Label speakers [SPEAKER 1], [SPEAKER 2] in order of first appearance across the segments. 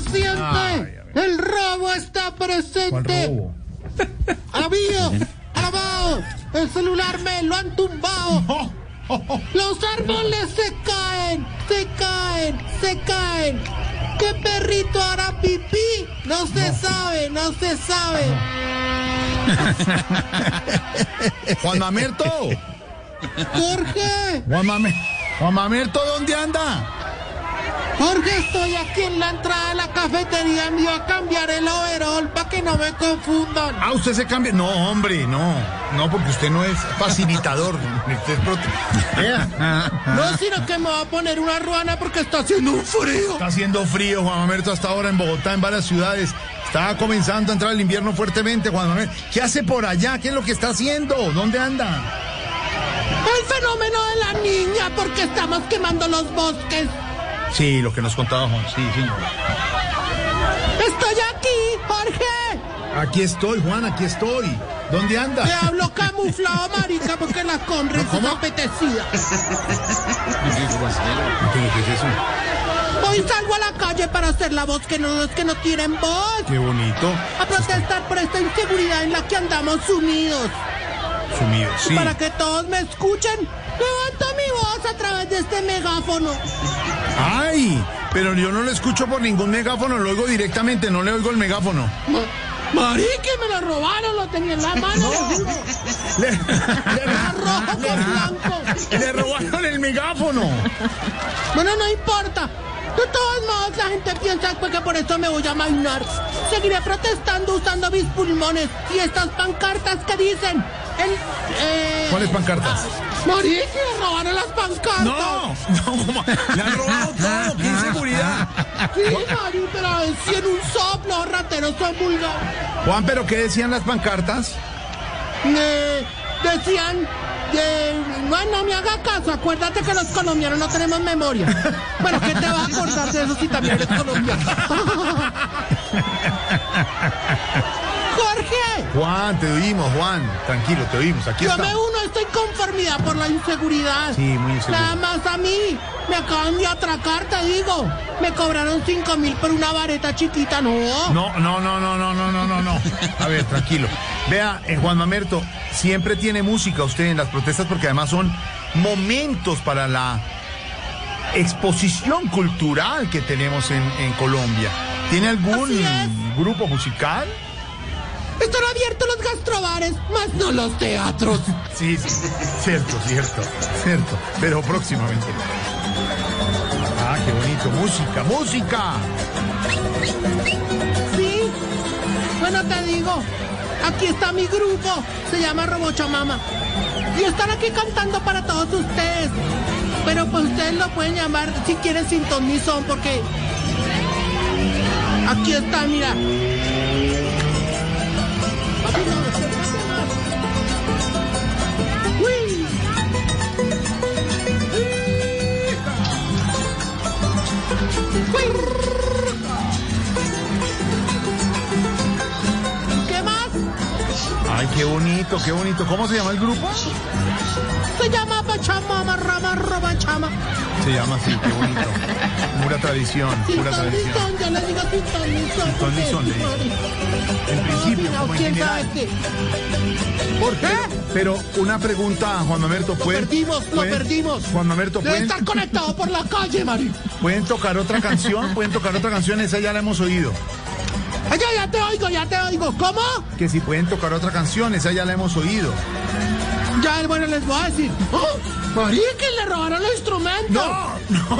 [SPEAKER 1] suficiente. el robo está presente.
[SPEAKER 2] robo?
[SPEAKER 1] Habío, grabado. El celular me lo han tumbado.
[SPEAKER 2] Oh,
[SPEAKER 1] Los árboles se caen, se caen, se caen. ¿Qué perrito hará pipí? No se sabe, no se sabe.
[SPEAKER 2] Juan Mamerto.
[SPEAKER 1] Jorge,
[SPEAKER 2] Juan, Mame- Juan Mamerto, ¿dónde anda?
[SPEAKER 1] Jorge, estoy aquí en la entrada de la cafetería. Me iba a cambiar el overall para que no me confundan.
[SPEAKER 2] Ah, usted se cambia. No, hombre, no. No, porque usted no es facilitador. Usted es prote... Vea,
[SPEAKER 1] No, sino que me va a poner una ruana porque está haciendo un frío.
[SPEAKER 2] Está haciendo frío, Juan Mamerto, hasta ahora en Bogotá, en varias ciudades. Está comenzando a entrar el invierno fuertemente, Juan Mamerto. ¿Qué hace por allá? ¿Qué es lo que está haciendo? ¿Dónde anda?
[SPEAKER 1] El fenómeno de la niña porque estamos quemando los bosques.
[SPEAKER 2] Sí, lo que nos contaba Juan. Sí, señor.
[SPEAKER 1] Estoy aquí, Jorge.
[SPEAKER 2] Aquí estoy, Juan, aquí estoy. ¿Dónde anda?
[SPEAKER 1] Te hablo camuflado, marica, porque la conre es
[SPEAKER 2] ¿Cómo?
[SPEAKER 1] una apetecida. Hoy salgo a la calle para hacer la voz que no los que no tienen voz.
[SPEAKER 2] Qué bonito.
[SPEAKER 1] A protestar por esta inseguridad en la que andamos unidos.
[SPEAKER 2] Sumido. Sí.
[SPEAKER 1] Para que todos me escuchen, levanto mi voz a través de este megáfono.
[SPEAKER 2] ¡Ay! Pero yo no lo escucho por ningún megáfono, lo oigo directamente, no le oigo el megáfono.
[SPEAKER 1] Marique, me lo robaron, lo tenía en la mano.
[SPEAKER 2] Le,
[SPEAKER 1] Era rojo con blanco.
[SPEAKER 2] le robaron el megáfono.
[SPEAKER 1] Bueno, no importa. De todos modos, la gente piensa pues, que por eso me voy a mainar. Seguiré protestando usando mis pulmones y estas pancartas que dicen. El, eh,
[SPEAKER 2] ¿Cuáles pancartas?
[SPEAKER 1] Marique, me robaron las pancartas.
[SPEAKER 2] No, no, ¿cómo? le han robado todo, qué inseguridad.
[SPEAKER 1] Sí, Mari, pero a ver si en un soplo, los rateros son vulgares.
[SPEAKER 2] Juan, pero ¿qué decían las pancartas?
[SPEAKER 1] Eh, decían. eh, no, no me haga caso, acuérdate que los colombianos no tenemos memoria. Bueno, ¿qué te va a acordar de eso si también eres colombiano? Jorge,
[SPEAKER 2] Juan, te oímos, Juan. Tranquilo, te oímos. Aquí
[SPEAKER 1] yo
[SPEAKER 2] está.
[SPEAKER 1] me uno a esta inconformidad por la inseguridad.
[SPEAKER 2] Sí, muy inseguro.
[SPEAKER 1] Nada más a mí, me acaban de atracar, te digo. Me cobraron cinco mil por una vareta chiquita, no.
[SPEAKER 2] No, no, no, no, no, no, no, no, no. A ver, tranquilo. Vea, eh, Juan Mamerto, siempre tiene música usted en las protestas porque además son momentos para la exposición cultural que tenemos en, en Colombia. ¿Tiene algún
[SPEAKER 1] Así es.
[SPEAKER 2] grupo musical?
[SPEAKER 1] Están abiertos los gastrobares, más no los teatros.
[SPEAKER 2] Sí, sí, cierto, cierto, cierto, pero próximamente. Ah, qué bonito, música, música.
[SPEAKER 1] Sí. Bueno, te digo, aquí está mi grupo, se llama Robochamama. Y están aquí cantando para todos ustedes. Pero pues ustedes lo pueden llamar si quieren sintonizón, porque aquí está, mira. Uy. Uy. ¿Qué más?
[SPEAKER 2] Ay, qué bonito, qué bonito. ¿Cómo se llama el grupo?
[SPEAKER 1] Se llama Pachamama Rama Robachama.
[SPEAKER 2] Se llama así, qué bonito. Pura tradición,
[SPEAKER 1] Tintón,
[SPEAKER 2] pura tradición.
[SPEAKER 1] Tintón, yo le digo Tintón, Tintón.
[SPEAKER 2] Tintón,
[SPEAKER 1] porque
[SPEAKER 2] Tintón, le digo. En
[SPEAKER 1] No,
[SPEAKER 2] principio,
[SPEAKER 1] mira,
[SPEAKER 2] como en
[SPEAKER 1] ¿Quién este?
[SPEAKER 2] general.
[SPEAKER 1] sabe qué?
[SPEAKER 2] ¿Por qué? Pero una pregunta, Juan Mamerto.
[SPEAKER 1] Lo
[SPEAKER 2] ¿pueden-
[SPEAKER 1] perdimos, lo
[SPEAKER 2] pueden-
[SPEAKER 1] perdimos.
[SPEAKER 2] pues, Juan Mamerto,
[SPEAKER 1] Debe
[SPEAKER 2] ¿pueden,
[SPEAKER 1] estar conectado por la calle, Mari.
[SPEAKER 2] pueden tocar otra canción? ¿Pueden tocar otra canción? Esa ya la hemos oído.
[SPEAKER 1] Ay, ya, ya te oigo, ya te oigo. ¿Cómo?
[SPEAKER 2] Que si pueden tocar otra canción, esa ya la hemos oído.
[SPEAKER 1] Ya, bueno, les voy a decir. ¡Oh! Mari, que le robaron los instrumentos.
[SPEAKER 2] ¡No!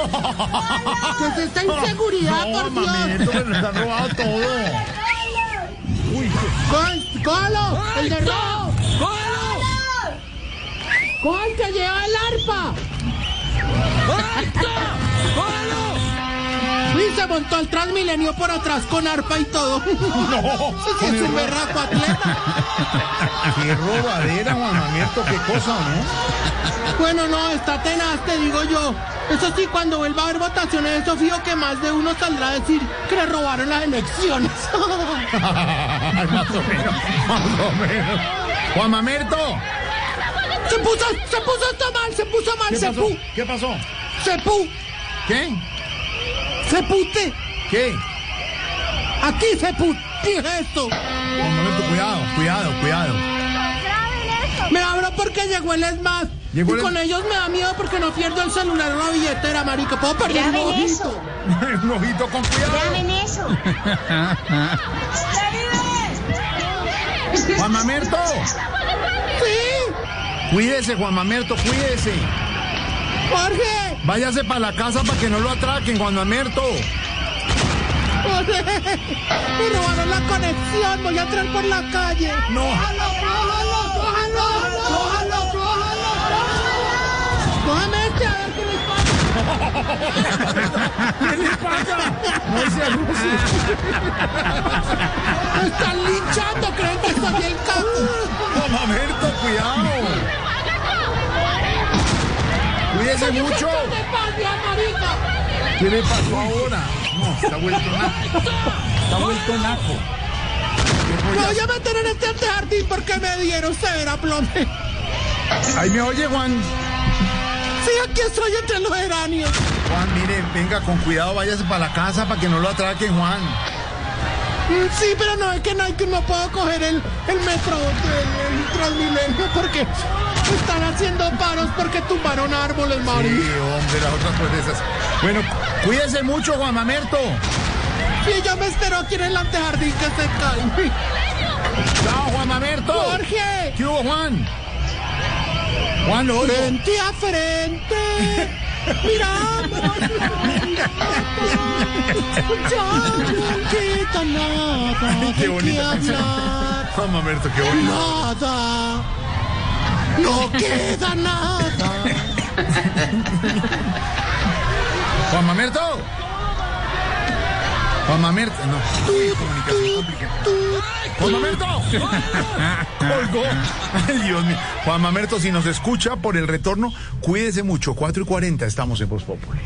[SPEAKER 1] Que es esta inseguridad,
[SPEAKER 2] no,
[SPEAKER 1] por Dios.
[SPEAKER 2] Mamerto, pero nos han robado todo. Uy, qué-
[SPEAKER 1] ¡Gol! ¡Golo! ¡El de rojo! ¡Golo! ¡Gol que lleva el arpa! Y se montó el Transmilenio por atrás con arpa y todo. Sí, es un berraco atleta.
[SPEAKER 2] qué robadera, Juan Mamerto, qué cosa, ¿no?
[SPEAKER 1] Bueno, no, está tenaz, te digo yo. Eso sí, cuando vuelva a haber votaciones de Sofío, que más de uno saldrá a decir que le robaron las elecciones.
[SPEAKER 2] Ay, más o menos, más o menos. Juan Mamerto.
[SPEAKER 1] se puso, se puso esto mal, se puso mal, se pu,
[SPEAKER 2] ¿Qué pasó?
[SPEAKER 1] se pu,
[SPEAKER 2] ¿Qué?
[SPEAKER 1] se pute.
[SPEAKER 2] ¿Qué?
[SPEAKER 1] Aquí se putea esto.
[SPEAKER 2] Un momento, cuidado, cuidado, cuidado.
[SPEAKER 1] Me abro porque llegó el ESMAD.
[SPEAKER 2] Llegó
[SPEAKER 1] y
[SPEAKER 2] el-
[SPEAKER 1] con ellos me da miedo porque no pierdo el celular o la billetera, marica. Puedo perder
[SPEAKER 3] Graben
[SPEAKER 1] un ojito.
[SPEAKER 3] eso,
[SPEAKER 2] Un ojito con cuidado.
[SPEAKER 3] graben eso.
[SPEAKER 2] Juan Mamerto,
[SPEAKER 1] Sí,
[SPEAKER 2] cuídese, Juan Mamerto, cuídese.
[SPEAKER 1] Jorge.
[SPEAKER 2] Váyase para la casa para que no lo atraquen, Juan Mamerto.
[SPEAKER 1] Jorge. Me robaron la conexión. Voy a entrar por la calle.
[SPEAKER 2] No.
[SPEAKER 1] Cójame este a ver qué les pasa.
[SPEAKER 2] No se anuncie.
[SPEAKER 1] Me están linchando, creen que soy el capo.
[SPEAKER 2] Juan Mamerto, cuidado. Cuídese mucho.
[SPEAKER 1] ¿Qué te pasa, marica?
[SPEAKER 2] ¿Qué le pasó ahora? No, está vuelto naco. Está vuelto naco.
[SPEAKER 1] Me voy a meter en este antejardín porque me dieron severa plombe.
[SPEAKER 2] Ahí me oye, Juan.
[SPEAKER 1] Sí, aquí estoy entre los geranios.
[SPEAKER 2] Juan, mire, venga, con cuidado, váyase para la casa para que no lo atraquen, Juan.
[SPEAKER 1] Mm, Sí, pero no es que no, hay que- no puedo coger el, el metro, el, el Transmilenio, porque están haciendo paros porque tumbaron árboles,
[SPEAKER 2] Sí,
[SPEAKER 1] Mauricio.
[SPEAKER 2] hombre, las otras protestas. Bueno, cuídese mucho, Juan Mamerto.
[SPEAKER 1] Sí, yo me espero aquí en el antejardín que se cae.
[SPEAKER 2] Chao, Juan Mamerto.
[SPEAKER 1] ¡Jorge!
[SPEAKER 2] ¿Qué hubo, Juan? Juan, lo oigo.
[SPEAKER 1] Frente a frente, miramos. Ya no quita nada
[SPEAKER 2] Qué
[SPEAKER 1] de qué
[SPEAKER 2] bonita canción.
[SPEAKER 1] hablar.
[SPEAKER 2] Juan Mamerto, qué bonito.
[SPEAKER 1] Nada, no queda nada.
[SPEAKER 2] Juan Mamerto. Juan Mamerto, no. Uy, comunicación complicada. Juan Mamerto. Colgó. Ay, Dios mío. Juan Mamerto, si nos escucha por el retorno, cuídese mucho. 4 y 40 estamos en Voz Populi.